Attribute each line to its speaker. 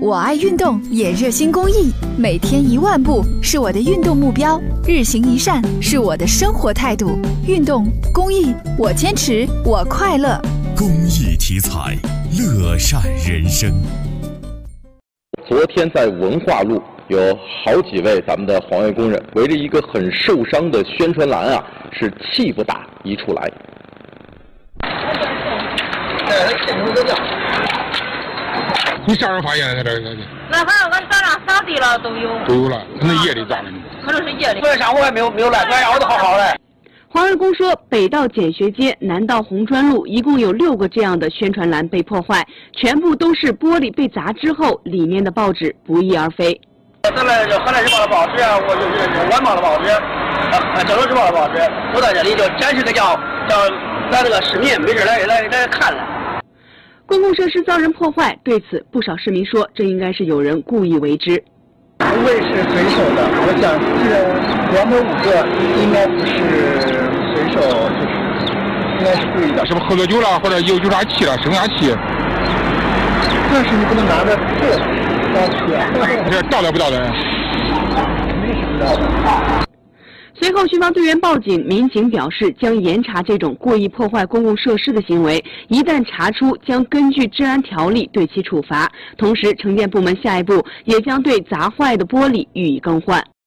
Speaker 1: 我爱运动，也热心公益。每天一万步是我的运动目标，日行一善是我的生活态度。运动、公益，我坚持，我快乐。
Speaker 2: 公益题材，乐善人生。
Speaker 3: 昨天在文化路有好几位咱们的环卫工人围着一个很受伤的宣传栏啊，是气不打一处来。
Speaker 4: 你啥时候发现的？这个
Speaker 5: 那反正俺咱俩扫地了都有，
Speaker 4: 都有了，那夜里咋了呢？
Speaker 5: 可能是夜里。
Speaker 6: 上午也没有没有来，昨天熬得好好的。
Speaker 7: 环卫工说，北到简学街，南到红川路，一共有六个这样的宣传栏被破坏，全部都是玻璃被砸之后，里面的报纸不翼而飞。
Speaker 6: 咱们河南日报的报纸，我就是南报的报纸，啊，郑州日报的报纸，都在这里就展示给叫叫咱这个市民没事来来来看了。
Speaker 7: 公共设施遭人破坏，对此不少市民说，这应该是有人故意为之。
Speaker 8: 卫是随手的，我想这两百五个应该不是随手，就是应该是故意的。
Speaker 4: 是不是喝多酒了，或者有有啥气了，生啥气？
Speaker 8: 但是你不能拿着这个啊刀去，
Speaker 4: 这道德不道德？
Speaker 8: 没什么道理。
Speaker 7: 随后，巡防队员报警，民警表示将严查这种故意破坏公共设施的行为，一旦查出，将根据治安条例对其处罚。同时，城建部门下一步也将对砸坏的玻璃予以更换。